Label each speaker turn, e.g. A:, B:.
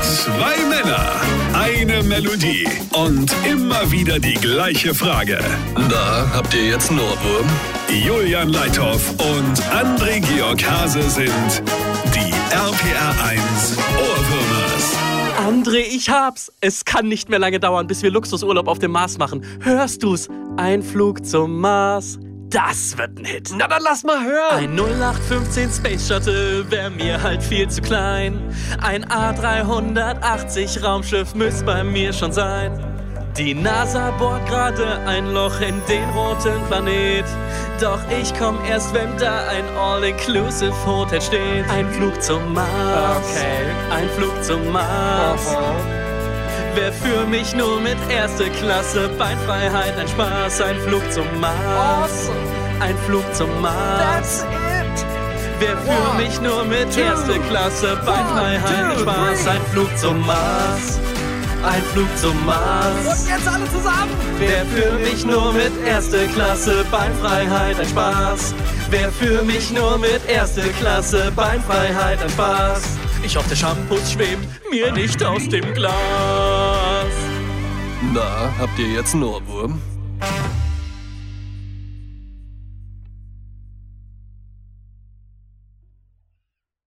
A: Zwei Männer, eine Melodie und immer wieder die gleiche Frage.
B: Da habt ihr jetzt einen Ohrwurm.
A: Julian Leithoff und André Georg Hase sind die RPR1 Ohrwürmers.
C: André, ich hab's. Es kann nicht mehr lange dauern, bis wir Luxusurlaub auf dem Mars machen. Hörst du's? Ein Flug zum Mars. Das wird ein Hit.
D: Na dann lass mal hören.
C: Ein 0815 Space Shuttle wäre mir halt viel zu klein. Ein A380 Raumschiff müsste bei mir schon sein. Die NASA bohrt gerade ein Loch in den roten Planet. Doch ich komm erst, wenn da ein All-Inclusive Hotel steht. Ein Flug zum Mars. Ein Flug zum Mars. Wär für mich nur mit erste Klasse Beinfreiheit ein Spaß, ein Flug zum Mars. Ein Flug zum Mars. Wär für mich nur mit erste Klasse Beinfreiheit ein Spaß, ein Flug zum Mars. Ein Flug zum Mars.
D: Jetzt alle zusammen.
C: Wär für mich nur mit erste Klasse Beinfreiheit ein Spaß. Wär für mich nur mit erste Klasse Beinfreiheit ein Spaß. Ich hoffe, der Shampoos schwebt mir nicht aus dem Glas.
B: Da habt ihr jetzt einen Ohrwurm.